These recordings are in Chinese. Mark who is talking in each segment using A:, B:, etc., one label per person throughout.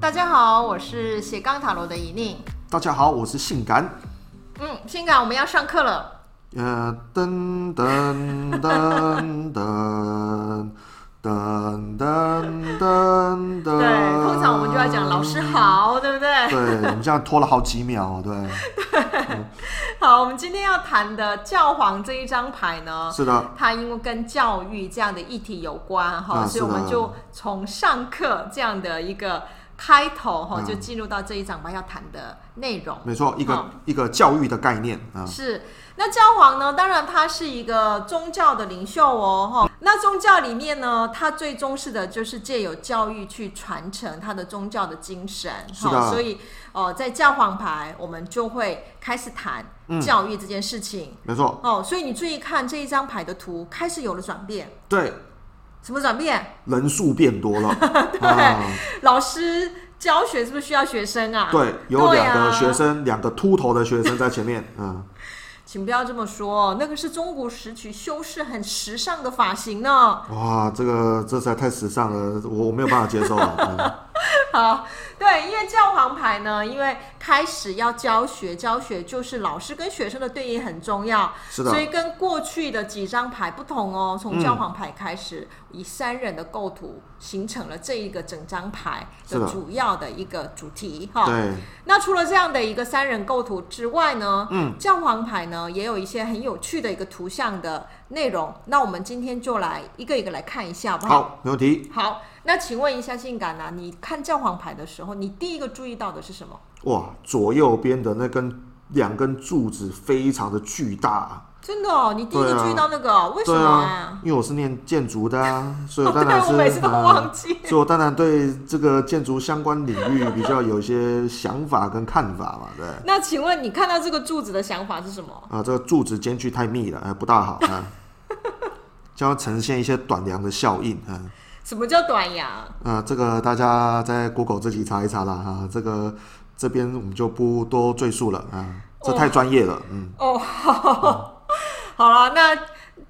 A: 大家好，我是斜杠塔罗的怡宁。
B: 大家好，我是性感。
A: 嗯，性感，我们要上课了。
B: 呃，噔噔噔噔噔噔噔噔。
A: 对，
B: 嗯
A: 通常我们就要讲老师。好，对不对？
B: 对，我们这样拖了好几秒哦，对，
A: 好，我们今天要谈的教皇这一张牌呢，
B: 是的，
A: 它因为跟教育这样的议题有关哈，
B: 嗯
A: 所以我们
B: 是的
A: 就从上课这样的一个开头哈，
B: 嗯
A: 就进入到这一张牌要谈的内容。
B: 没错，一
A: 好
B: 个一个教育的概念啊，
A: 是，那教皇呢？当然他是一个宗教的领袖哦，哈。那宗教里面呢，他最重视的就是借由教育去传承他的宗教的精神，
B: 是
A: 哈。
B: 的
A: 所以，哦，在教皇牌，我们就会开始谈
B: 嗯
A: 教育这件事情。
B: 没错，
A: 哦，所以你注意看这一张牌的图，开始有了转变。
B: 对，
A: 什么转变？
B: 人数变多了，啊，
A: 老师教学是不是需要学生啊？
B: 对，有
A: 对
B: 两个
A: 啊
B: 学生，两个秃头的学生在 前面，嗯，
A: 请不要这么说，哦那个是中古时期修饰很时尚的发型呢。
B: 哇，这个这实在太时尚了，我我没有办法接受啊，嗯
A: 好，对，因为教皇牌呢，因为开始要教学，教学就是老师跟学生的对应很重要，
B: 是的
A: 所以跟过去的几张牌不同哦。从教皇牌开始，以三人的构图形成了这一个整张牌
B: 是
A: 的
B: 的
A: 主要的一个主题哈。
B: 对，
A: 那除了这样的一个三人构图之外呢，嗯，教皇牌呢也有一些很有趣的一个图像的内容。那我们今天就来一个一个来看一下，好不好？
B: 好，没问题。
A: 好，那请问一下性感啊，你看教皇牌的时候，你第一个注意到的是什么？
B: 哇，左右边的那根两根柱子非常的巨大啊。
A: 真的哦，你第一个
B: 对啊
A: 注意到那个哦、为什
B: 对
A: 么
B: 啊
A: 啊？，
B: 因为我是念建筑的啊，所以
A: 哦，
B: 我当然
A: 对，我
B: 是
A: 每次都
B: 啊
A: 忘记。
B: 所以我当然对这个建筑相关领域比较有一些想法跟看法嘛，对。
A: 那请问你看到这个柱子的想法是什么？
B: 啊，这个柱子间距太密了，哎，不大好 啊，将要呈现一些短梁的效应啊。
A: 什么叫短牙？
B: 啊、这个大家在 Google 自己查一查啦啊，这个这边我们就不多赘述了啊，这太专业了，嗯，
A: 哦，好，好了，那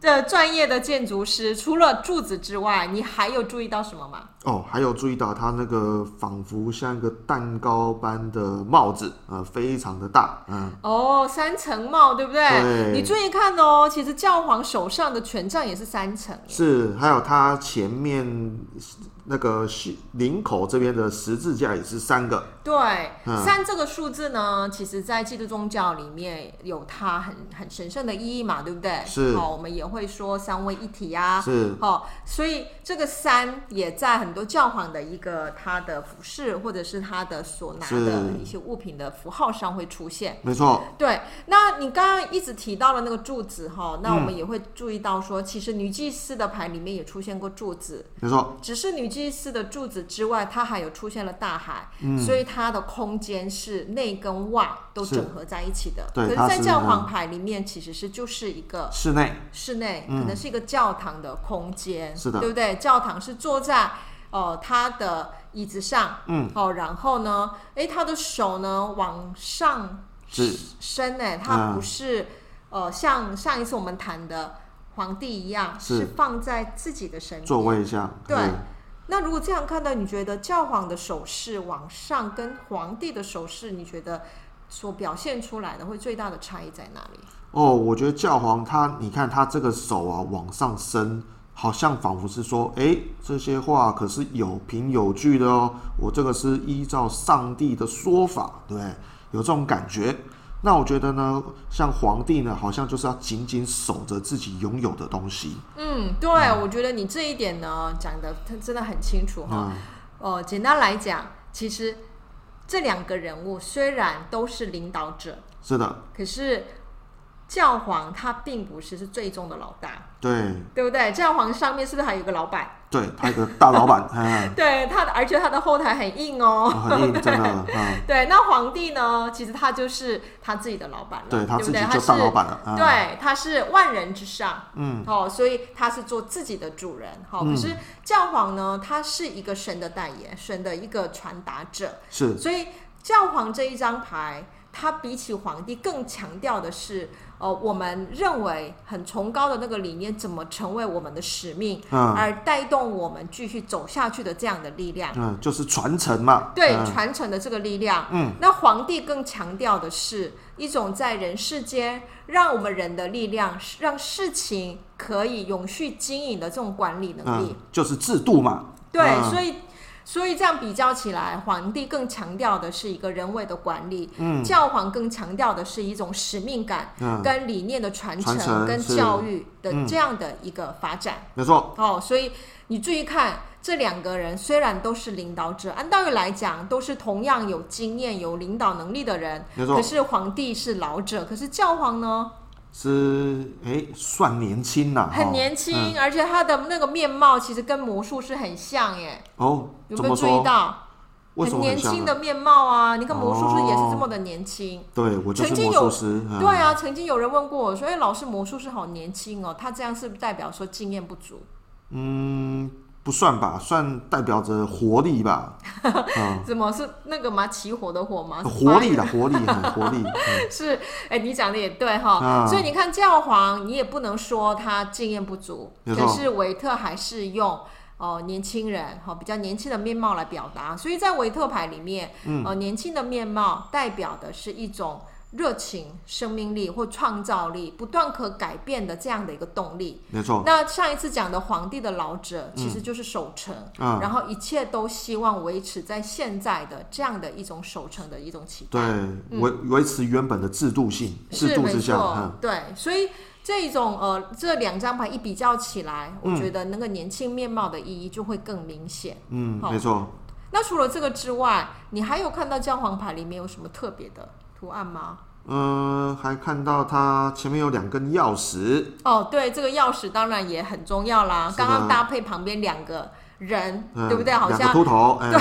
A: 呃，专业的建筑师除了柱子之外，你还有注意到什么吗？
B: 哦，还有注意到它那个仿佛像一个蛋糕般的帽子，呃，非常的大，嗯，
A: 哦，三层帽，对不对？
B: 对
A: 你注意看哦，其实教皇手上的权杖也是三层耶。
B: 是，还有它前面那个是领口这边的十字架也是三个，
A: 对，
B: 嗯
A: 三这个数字呢，其实在基督宗教里面有它很很神圣的意义嘛，对不对？
B: 是
A: 好、我们也会说三位一体啊。
B: 是
A: 好、所以这个三也在很多教皇的一个他的服饰或者是他的所拿的
B: 是
A: 一些物品的符号上会出现。
B: 没错，
A: 对，那你刚刚一直提到了那个柱子哈，
B: 嗯
A: 那我们也会注意到说，其实女祭司的牌里面也出现过柱子，
B: 没错，
A: 只是女祭司的柱子之外，它还有出现了大海，
B: 嗯
A: 所以它的空间是内跟外都
B: 是
A: 整合在一起的。
B: 对
A: 可是，
B: 它
A: 在
B: 是
A: 教
B: 嗯
A: 皇牌里面，其实是就是一个
B: 室内
A: 室内，可能是一个教堂的空间，
B: 嗯是的
A: 对不对？教堂是坐在哦他的椅子上，嗯，哦，然后呢，诶，他的手呢往上
B: 是
A: 伸，哎，他
B: 嗯
A: 不是、呃像上一次我们谈的皇帝一样，
B: 是
A: 是放在自己的身
B: 座
A: 边。
B: 位下，
A: 对
B: 嗯
A: 那如果这样看到，你觉得教皇的手势往上跟皇帝的手势，你觉得所表现出来的会最大的差异在哪里？
B: 哦，我觉得教皇他，你看他这个手啊往上伸，好像仿佛是说，诶，这些话可是有凭有据的哦，我这个是依照上帝的说法，对不对？有这种感觉。那我觉得呢，像皇帝呢，好像就是要紧紧守着自己拥有的东西。
A: 嗯，对，我觉得你这一点呢讲的真的很清楚哈。
B: 嗯，
A: 哦，简单来讲，其实这两个人物虽然都是领导者，
B: 是的，
A: 可是教皇他并不是是最终的老大，
B: 对
A: 对不对？教皇上面是不是还有一个老板？
B: 对，他一个大老 板，嗯，
A: 对，他的而且他的后台很硬哦。
B: 很硬，真的，嗯，
A: 对，那皇帝呢？其实他就是他自己的老板了，
B: 对他
A: 不
B: 自己
A: 对？他
B: 就是大老板了，嗯，
A: 对，他是万人之上，嗯，哦，所以他是做自己的主人，哈、
B: 嗯
A: 可是教皇呢，他是一个神的代言，神的一个传达者，
B: 是
A: 所以教皇这一张牌，他比起皇帝更强调的是，呃，我们认为很崇高的那个理念怎么成为我们的使命，
B: 嗯
A: 而带动我们继续走下去的这样的力量。
B: 嗯，就是传承嘛，
A: 对
B: 嗯
A: 传承的这个力量。
B: 嗯，
A: 那皇帝更强调的是一种在人世间让我们人的力量，让事情可以永续经营的这种管理能力
B: 嗯。，就是制度嘛，
A: 对，
B: 嗯
A: 所以所以这样比较起来，皇帝更强调的是一个人为的管理，
B: 嗯
A: 教皇更强调的是一种使命感。
B: 嗯，
A: 跟理念的传承、
B: 传承
A: 跟
B: 是
A: 教育的
B: 嗯
A: 这样的一个发展，
B: 没错，
A: 哦，所以你注意看，这两个人虽然都是领导者，按道理来讲都是同样有经验、有领导能力的人，
B: 没错
A: 可，是皇帝是老者，可是教皇呢
B: 是哎，算年轻啦，
A: 很
B: 哦
A: 年
B: 嗯
A: 轻，而且他的那个面貌其实跟魔术师很像耶，
B: 哦，
A: 有
B: 怎
A: 没
B: 么
A: 有注意
B: 说？
A: 到？
B: 为什么
A: 年
B: 很像
A: 轻
B: 呢？
A: 的面貌啊！你看魔术师也是
B: 哦
A: 这么的年轻。
B: 对，我就是
A: 曾经
B: 魔
A: 有
B: 术师，嗯
A: 对啊，曾经有人问过我说：“哎，老师，魔术师好年轻哦，他这样是不是代表说经验不足？”
B: 嗯，不算吧，算代表着活力吧，嗯
A: 怎么是那个吗？起火的火吗？
B: 活力啦，活力，嗯活力，嗯
A: 是，哎、你讲的也对哈、
B: 啊
A: 所以你看教皇，你也不能说他经验不足，
B: 没
A: 可
B: 错
A: 是维特还是用。哦，年轻人，哈、比较年轻的面貌来表达，所以在维特牌里面，嗯、呃，年轻的面貌代表的是一种热情、生命力或创造力，不断可改变的这样的一个动力。
B: 没 错，
A: 那上一次讲的皇帝的老者，其实就是守成，
B: 嗯，
A: 然后一切都希望维持在现在的这样的一种守成的一种期待
B: 对。，维维持原本的制度性，制
A: 嗯是
B: 度
A: 没
B: 之
A: 错，
B: 下，嗯，
A: 对，所以这一种呃，这两张牌一比较起来，
B: 嗯
A: 我觉得那个年轻面貌的意义就会更明显。
B: 嗯，
A: 好
B: 没错，
A: 那除了这个之外，你还有看到教皇牌里面有什么特别的图案吗？
B: 嗯，还看到他前面有两根钥匙，
A: 哦，对，这个钥匙当然也很重要啦
B: 是。的
A: 刚刚搭配旁边两个人，
B: 嗯，
A: 对不对？好
B: 两个
A: 像
B: 秃头，哎，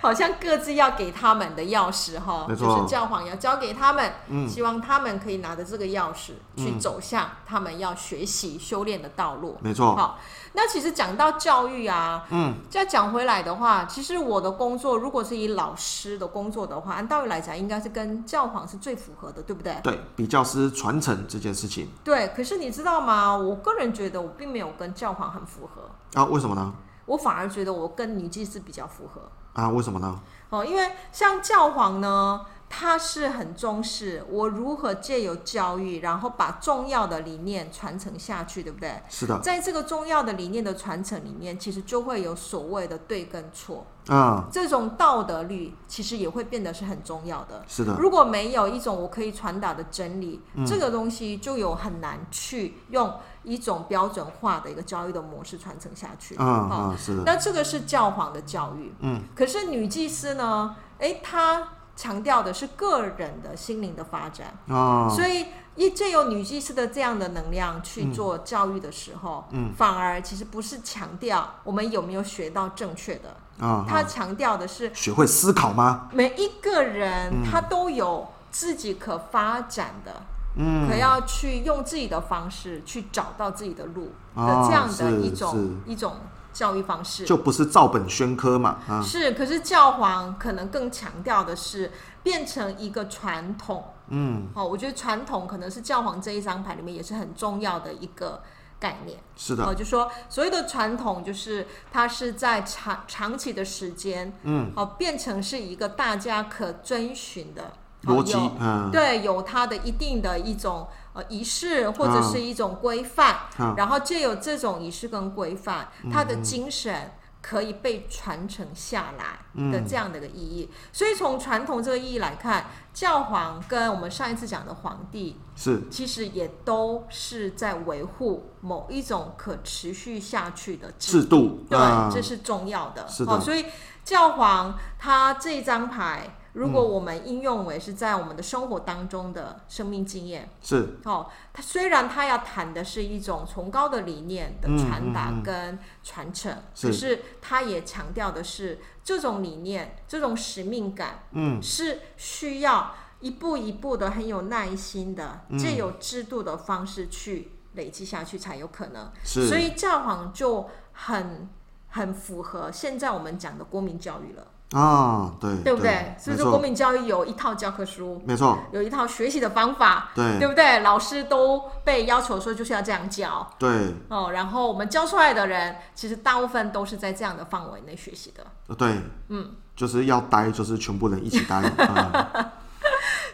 A: 好像各自要给他们的钥匙哈，
B: 没
A: 就
B: 错
A: 是教皇要交给他们，
B: 嗯
A: 希望他们可以拿着这个钥匙去
B: 嗯
A: 走向他们要学习修炼的道路。
B: 没错，
A: 好，那其实讲到教育啊，
B: 哦嗯，
A: 再讲回来的话，其实我的工作如果是以老师的工作的话，按道理来讲，应该是跟教皇是最符合的，对不对？
B: 对，比较是传承这件事情
A: 对。可是你知道吗？我个人觉得我并没有跟教皇很符合，
B: 啊，为什么呢？
A: 我反而觉得我跟女祭司比较符合。
B: 啊，为什么呢？
A: 哦，因为像教皇呢，他是很重视我如何借由教育，然后把重要的理念传承下去，对不对？
B: 是的，
A: 在这个重要的理念的传承里面，其实就会有所谓的对跟错，
B: 嗯，
A: 这种道德律其实也会变得是很重要的。
B: 是的，
A: 如果没有一种我可以传达的真理，
B: 嗯
A: 这个东西就有很难去用一种标准化的一个教育的模式传承下去。
B: 嗯
A: 好
B: 嗯，是的，
A: 那这个是教皇的教育，
B: 嗯，
A: 可是女祭司呢？诶，她强调的是个人的心灵的发展，
B: 啊，
A: 所以一借由女祭司的这样的能量去做教育的时候，
B: 嗯，
A: 反而其实不是强调我们有没有学到正确的，
B: 啊，
A: 她
B: 啊
A: 强调的是
B: 学会思考吗？
A: 每一个人他都有自己可发展的。
B: 嗯
A: 可要去用自己的方式去找到自己的路的
B: 啊
A: 这样的
B: 是
A: 一种
B: 是
A: 一种教育方式，
B: 就不是照本宣科嘛，啊，
A: 是，可是教皇可能更强调的是变成一个传统。
B: 嗯，
A: 哦，我觉得传统可能是教皇这一张牌里面也是很重要的一个概念。
B: 是的，
A: 哦，就说所谓的传统，就是它是在长长期的时间，
B: 嗯，
A: 哦，变成是一个大家可遵循的哦
B: 逻辑
A: 有，
B: 嗯，
A: 对，有它的一定的一种呃仪式或者
B: 嗯
A: 是一种规范，
B: 嗯
A: 然后借由这种仪式跟规范，它的精神可以被传承下来的这样的一个意义。所以从传统这个意义来看，教皇跟我们上一次讲的皇帝，
B: 是，
A: 其实也都是在维护某一种可持续下去的
B: 制度
A: 对，
B: 嗯
A: 这是重要的。
B: 是的
A: 哦，所以教皇他这张牌，如果我们应用为是在我们的生活当中的生命经验，
B: 是，
A: 哦，他虽然他要谈的是一种崇高的理念的
B: 嗯
A: 传达
B: 嗯嗯
A: 跟传承，
B: 是
A: 可是他也强调的是这种理念、这种使命感
B: 嗯，
A: 是需要一步一步的、很有耐心的，
B: 嗯
A: 借有制度的方式去累积下去才有可能。所
B: 是，
A: 以教皇就很很符合现在我们讲的国民教育了。
B: 啊，对，
A: 对不对？所以
B: 没
A: 说国
B: 错，
A: 民教育有一套教科书，
B: 没错，
A: 有一套学习的方法，
B: 对
A: 对不对？老师都被要求说就是要这样教
B: 对
A: 哦，然后我们教出来的人，其实大部分都是在这样的范围内学习的。
B: 对，嗯，就是要待，就是全部人一起 待，嗯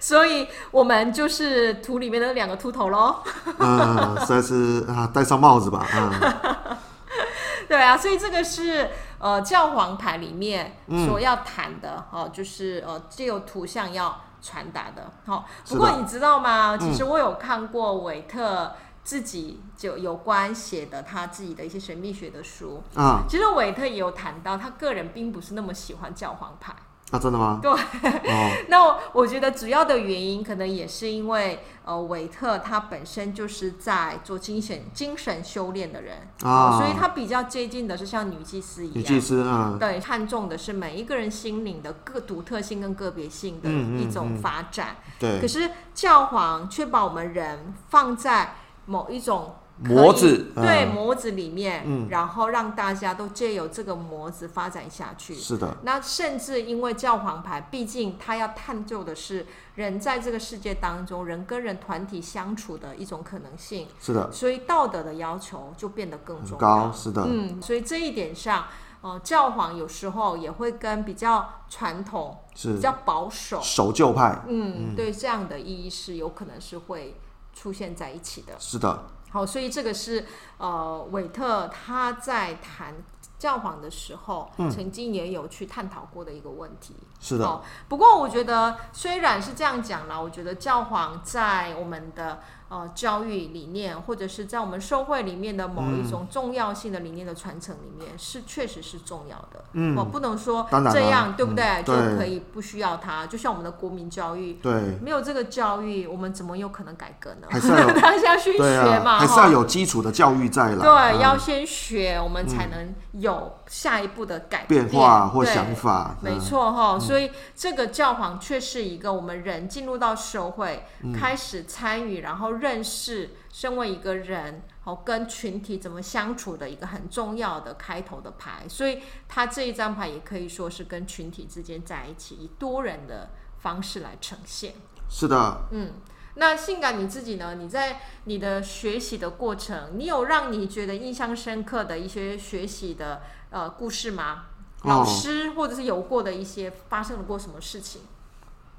A: 所以我们就是图里面的两个秃头喽，
B: 嗯，实在是啊，戴上帽子吧，啊，
A: 对啊，所以这个是呃教皇牌里面
B: 嗯
A: 所要谈的哦，就是呃借由图像要传达的。好、
B: 是
A: 不
B: 的嗯
A: 过你知道吗？其实我有看过韦特自己就有关写的他自己的一些神秘学的书。
B: 啊，
A: 其实韦特也有谈到，他个人并不是那么喜欢教皇牌。
B: 啊，真的吗？
A: 对
B: 哦，
A: 那我觉得主要的原因可能也是因为，呃，韦特他本身就是在做精神精神修炼的人哦
B: 啊
A: 所以他比较接近的是像女祭司一
B: 女祭
A: 样，
B: 司，嗯，
A: 对，看重的是每一个人心灵的个独特性跟个别性的
B: 嗯嗯
A: 一种
B: 嗯
A: 发展。可
B: 对，
A: 是教皇却把我们人放在某一种可以
B: 模子
A: 对
B: 嗯
A: 模子里面，
B: 嗯
A: 然后让大家都借由这个模子发展下去。
B: 是的，
A: 那甚至因为教皇牌，毕竟他要探究的是人在这个世界当中，人跟人团体相处的一种可能性，
B: 是的，
A: 所以道德的要求就变得更
B: 很
A: 重
B: 高，
A: 要。
B: 是的，
A: 嗯，所以这一点上，呃，教皇有时候也会跟比较传统、比
B: 是
A: 较保守，
B: 守旧派，
A: 嗯，对这样的意义是有可能是会出现在一起的。
B: 是的，
A: 好，所以这个是呃，韦特他在谈教皇的时候，
B: 嗯
A: 曾经也有去探讨过的一个问题。
B: 是的，
A: 哦，不过我觉得虽然是这样讲啦，我觉得教皇在我们的呃教育理念，或者是在我们社会里面的某一种重要性的理念的传承里面，是确实是重要的。
B: 嗯
A: 我、不能说
B: 当然
A: 这
B: 啦
A: 样、对不
B: 嗯
A: 对、就
B: 对
A: 可以不需要它，就像我们的国民教育。
B: 对，
A: 没有这个教育，我们怎么有可能改革呢？
B: 还是 要有
A: 大家去
B: 对
A: 学
B: 啊，
A: 嘛，
B: 还是
A: 哈
B: 要有基础的教育在啦，
A: 对，
B: 嗯
A: 要先学，我们才能有下一步的改
B: 变化或
A: 对
B: 想法，
A: 没
B: 嗯
A: 错哈、所以这个教皇却是一个我们人进入到社会，开始参与，然后认识身为一个人，哦，跟群体怎么相处的一个很重要的开头的牌。所以他这一张牌也可以说是跟群体之间在一起，以多人的方式来呈现。
B: 是的，
A: 嗯，那性感你自己呢？你在你的学习的过程，你有让你觉得印象深刻的一些学习的呃故事吗？
B: 哦
A: 老师或者是有过的一些发生了过什么事情？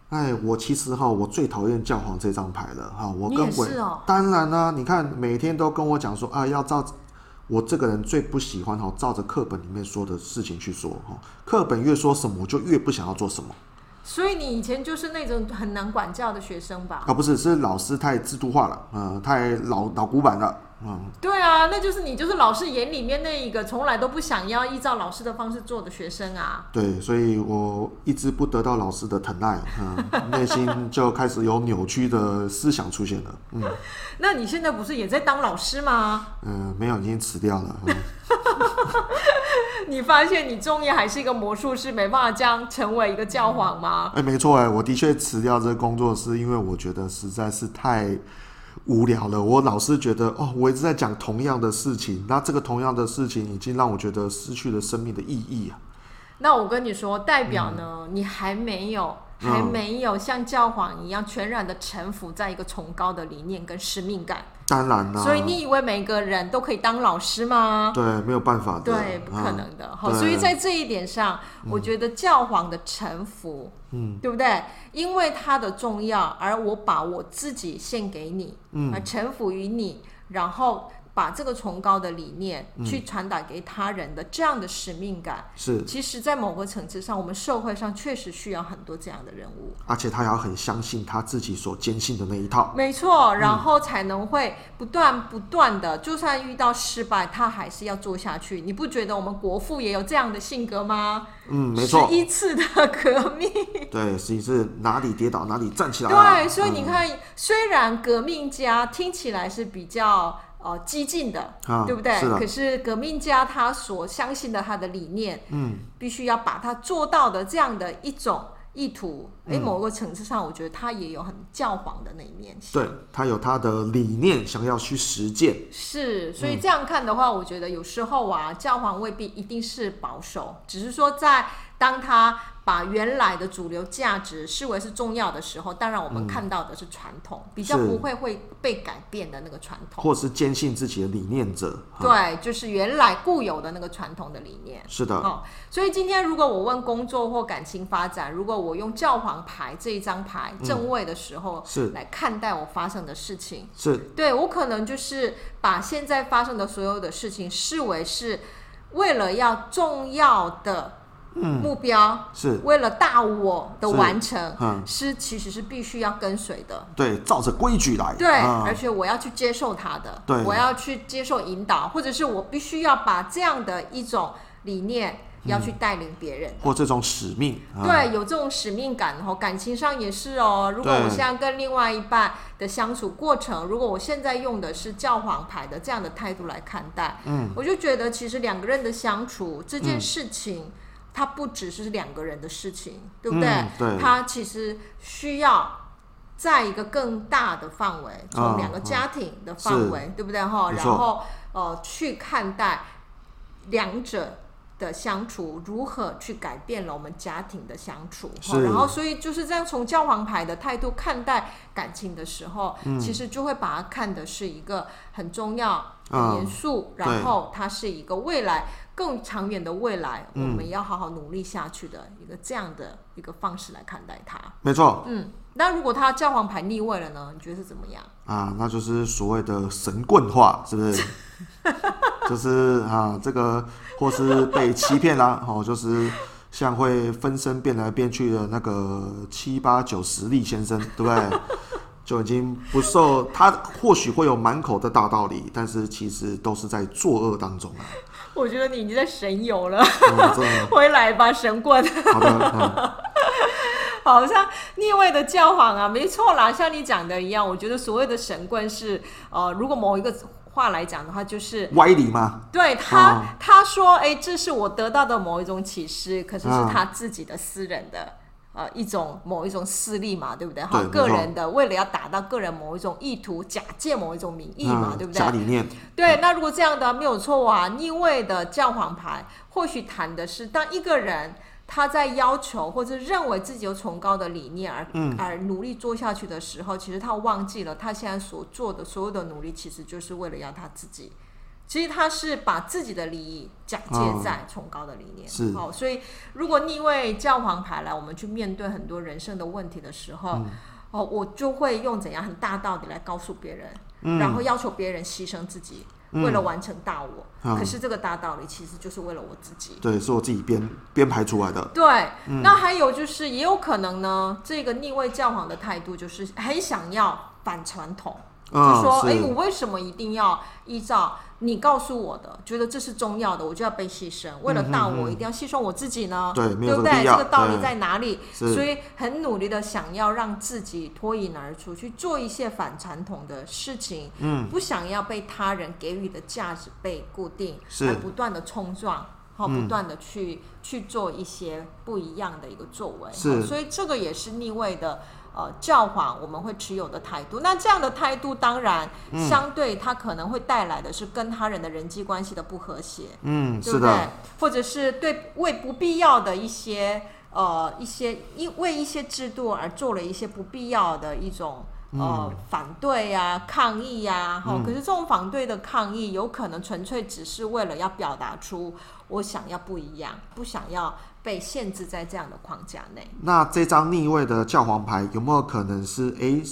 B: 哎，我其实哈，我最讨厌教皇这张牌了哈。我
A: 你
B: 跟
A: 也
B: 韦
A: 是哦
B: 当然啦、你看每天都跟我讲说啊，要照我这个人最不喜欢哈，照着课本里面说的事情去说哈。课本越说什么，我就越不想要做什么
A: 所以你以前就是那种很难管教的学生吧？
B: 啊，不是是老师太制度化了，嗯、太老老古板了，嗯，
A: 对啊，那就是你就是老师眼里面那一个从来都不想要依照老师的方式做的学生啊。
B: 对，所以我一直不得到老师的疼爱，嗯、 内心就开始有扭曲的思想出现了，嗯
A: 那你现在不是也在当老师吗？
B: 嗯、没有，已经辞掉了，嗯、
A: 你发现你终于还是一个魔术师，没办法这样成为一个教皇吗？
B: 哎、没错哎，我的确辞掉这个工作，是因为我觉得实在是太无聊了。我老是觉得哦，我一直在讲同样的事情，那这个同样的事情已经让我觉得失去了生命的意义啊。
A: 那我跟你说，代表呢，你还没有，
B: 嗯
A: 还没有像教皇一样全然的臣服在一个崇高的理念跟使命感。
B: 当然啦、
A: 所以你以为每个人都可以当老师吗？
B: 啊对没有办法的，
A: 对，不可
B: 嗯
A: 能的。好，
B: 对嗯
A: 所以在这一点上，我觉得教皇的臣服，嗯，对不对？因为它的重要，而我把我自己献给你，嗯，而臣服于你，然后把这个崇高的理念
B: 嗯
A: 去传达给他人的这样的使命感，
B: 是，
A: 其实，在某个层次上，我们社会上确实需要很多这样的人物，
B: 而且他也要很相信他自己所坚信的那一套。
A: 没错，然
B: 嗯
A: 后才能会不断不断的，就算遇到失败，他还是要做下去。你不觉得我们国父也有这样的性格吗？
B: 嗯，没错
A: 十，一次的 革命，
B: 对，所以是哪里跌倒哪里站起来啊。
A: 对，所以你看，虽然革命家听起来是比较。呃，激进的，
B: 啊
A: 对不对？
B: 是的
A: 可是革命家他所相信的他的理念，
B: 嗯，
A: 必须要把它做到的这样的一种意图，
B: 嗯
A: 诶，某个层次上，我觉得他也有很教皇的那一面。
B: 对他有他的理念，想要去实践。
A: 是，所
B: 嗯
A: 以这样看的话，我觉得有时候啊，教皇未必一定是保守，只是说在当他把原来的主流价值视为是重要的时候，当然我们看到的是传统，比较
B: 嗯是
A: 不会会被改变的那个传统。
B: 或是坚信自己的理念者。哈
A: 对，就是原来固有的那个传统的理念。
B: 是的，
A: 哦，所以今天如果我问工作或感情发展，如果我用教皇牌这一张牌正位的时候、
B: 嗯是
A: 来看待我发生的事情，
B: 是
A: 对我可能就是把现在发生的所有的事情视为是为了要重要的目标，
B: 是，
A: 为了大我的
B: 嗯是
A: 完成，
B: 嗯，
A: 是其实是必须要跟随的。
B: 对，照着规矩来。
A: 对，
B: 啊
A: 而且我要去接受他的，
B: 对
A: 我要去接受引导，或者是我必须要把这样的一种理念
B: 嗯
A: 要去带领别人。
B: 或这种使命。啊，
A: 对，有这种使命感哦，感情上也是哦。如果我
B: 对
A: 现在跟另外一半的相处过程，如果我现在用的是教皇牌的这样的态度来看待，嗯，我就觉得其实两个人的相处这件事情。它不只是两个人的事情，对不对？
B: 嗯对
A: 它其实需要在一个更大的范围，从
B: 啊
A: 两个家庭的
B: 是
A: 范围，对不对哈？
B: 没
A: 然
B: 错
A: 后呃，去看待两者的相处如何去改变了我们家庭的相处，
B: 是
A: 然后所以就是这样从教皇牌的态度看待感情的时候，
B: 嗯
A: 其实就会把它看的是一个很重要、很
B: 嗯
A: 严肃，
B: 对
A: 然后它是一个未来更长远的未来，
B: 嗯
A: 我们要好好努力下去的一个这样的一个方式来看待它。
B: 没错
A: 嗯，那如果他教皇牌逆位了呢？你觉得是怎么样？
B: 啊，那就是所谓的神棍化，是不是？ 就是啊，这个或是被欺骗啦、哦，就是像会分身变来变去的那个七八九十力先生，对不对？就已经不受他或许会有满口的大道理，但是其实都是在作恶当中啊。
A: 我觉得你已经在神游了，
B: 嗯，这
A: 回来吧，神棍。
B: 好的，嗯，
A: 好像逆位的教皇啊，没错啦，像你讲的一样，我觉得所谓的神棍是，呃，如果某一个话来讲的话，就是
B: 歪理嘛，
A: 对他、
B: 啊
A: 他说，哎，这是我得到的某一种启示，可是是
B: 嗯
A: 他自己的私人的。呃，一种某一种私利嘛，对不对？哈，
B: 对没
A: 个
B: 错
A: 人的为了要达到个人某一种意图，假借某一种名义嘛，
B: 嗯，
A: 对不对？
B: 假理念，
A: 对，那如果这样的没有错啊，逆位的教皇牌或许谈的是，当一个人他在要求或者认为自己有崇高的理念而、而努力做下去的时候，其实他忘记了他现在所做的所有的努力，其实就是为了要他自己。其实他是把自己的利益假借在崇高的理念，
B: 是
A: 哦，所以如果逆位教皇牌来，我们去面对很多人生的问题的时候，哦，我就会用怎样很大道理来告诉别人，然后要求别人牺牲自己，为了完成大我。
B: 嗯
A: 可是这个大道理其实就是为了我自己。
B: 对，是我自己编编排出来的，
A: 对，那还有就是，也有可能呢，这个逆位教皇的态度就是很想要反传统，就
B: 嗯，
A: 说：“
B: 是
A: 哎、我为什么一定要依照你告诉我的，觉得这是重要的，我就要被牺牲？为了大
B: 嗯
A: 我，一定要牺牲我自己呢？
B: 对没有
A: 不
B: 这个
A: 对？
B: 必
A: 这
B: 要
A: 个道理
B: 对
A: 在哪里？
B: 是
A: 所以很努力的想要让自己脱颖而出，去做一些反传统的事情，嗯，不想要被他人给予的价值被固定，
B: 是嗯
A: 而不断的冲撞。”好，不断的去、去做一些不一样的一个作为，
B: 是
A: 好啊所以这个也是逆位的呃教皇我们会持有的态度。那这样的态度，当然、
B: 嗯
A: 相对它可能会带来的是跟他人的人际关系的不和谐，
B: 嗯，
A: 对
B: 是
A: 不对
B: 的，？
A: 或者是对为不必要的一些呃一些因为一些制度而做了一些不必要的一种。呃，
B: 嗯
A: 反对呀、抗议呀、哈、可是这种反对的抗议，有可能纯粹只是为了要表达出我想要不一样，不想要被限制在这样的框架内。
B: 那这张逆位的教皇牌有没有可能是诶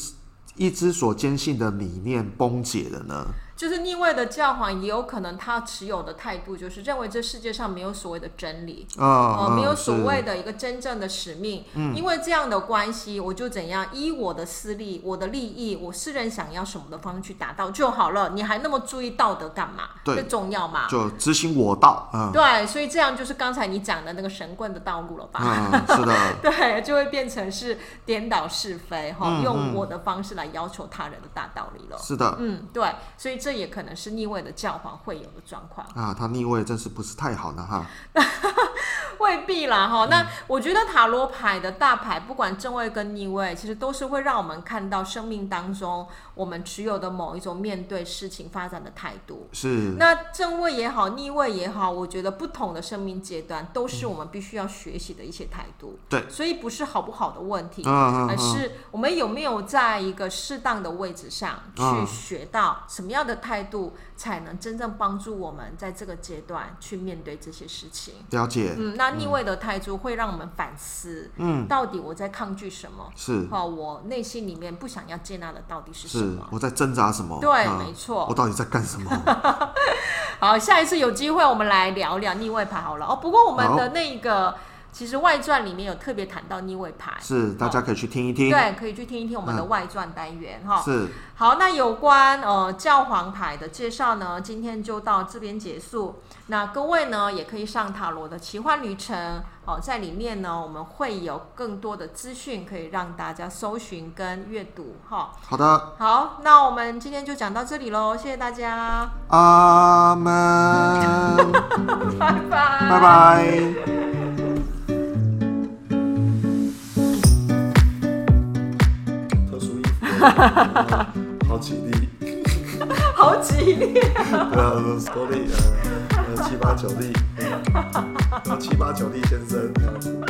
B: 一只所坚信的理念崩解了呢？
A: 就是逆位的教皇，也有可能他持有的态度就是认为这世界上没有所谓的真理，
B: 啊、
A: 呃，
B: 嗯
A: 没有所
B: 是
A: 谓的一个真正的使命。因为这样的关系，我就怎样依我的私利、我的利益、我私人想要什么的方式去达到就好了。你还那么注意道德干嘛？
B: 对
A: 这重要吗？
B: 嗯就执行我道，嗯
A: 对，所以这样就是刚才你讲的那个神棍的道路了吧？
B: 嗯，是的，
A: 对， 就会变成是颠倒是非哈，
B: 嗯
A: 用
B: 嗯
A: 我的方式来要求他人的大道理了。
B: 是的。
A: 嗯，对，所以这也可能是逆位的教皇会有的状况。
B: 啊，他逆位真是不是太好呢哈，
A: 未必啦哈。那我觉得塔罗牌的大牌，不管正位跟逆位，其实都是会让我们看到生命当中我们持有的某一种面对事情发展的态度。
B: 是
A: 那正位也好，逆位也好，我觉得不同的生命阶段都是我们必须要学习的一些态度。
B: 对
A: 所以不是好不好的问题，
B: 嗯
A: 而
B: 嗯嗯
A: 呃是我们有没有在一个适当的位置上去
B: 嗯
A: 学到什么样的态度，才能真正帮助我们在这个阶段去面对这些事情。
B: 了解，
A: 嗯，那逆位的态度会让我们反思，
B: 嗯，
A: 到底我在抗拒什么？
B: 是
A: 哦，我内心里面不想要接纳的到底是什
B: 是
A: 么，？
B: 我在挣扎什么？
A: 对，
B: 嗯
A: 没错
B: 我。到底在干什 么？
A: 好，下一次有机会我们来聊聊逆位牌好了。哦，不过我们
B: 好
A: 的那个其实外传里面有特别谈到逆位牌，
B: 是，大家可以去听一听。
A: 对，哦可以去听一听我们的外传单元哈。
B: 是，
A: 好，那有关呃教皇牌的介绍呢，今天就到这边结束。那各位呢，也可以上塔罗的奇幻旅程哦、在里面呢，我们会有更多的资讯可以让大家搜寻跟阅读哈。
B: 好的，
A: 好，那我们今天就讲到这里喽，谢谢大家，
B: 阿门，
A: 拜拜，拜
B: 拜拜。特殊衣服，好吉利，
A: 好吉利。
B: 呃，呃多利，呃，七八九利，七八九利先生。啊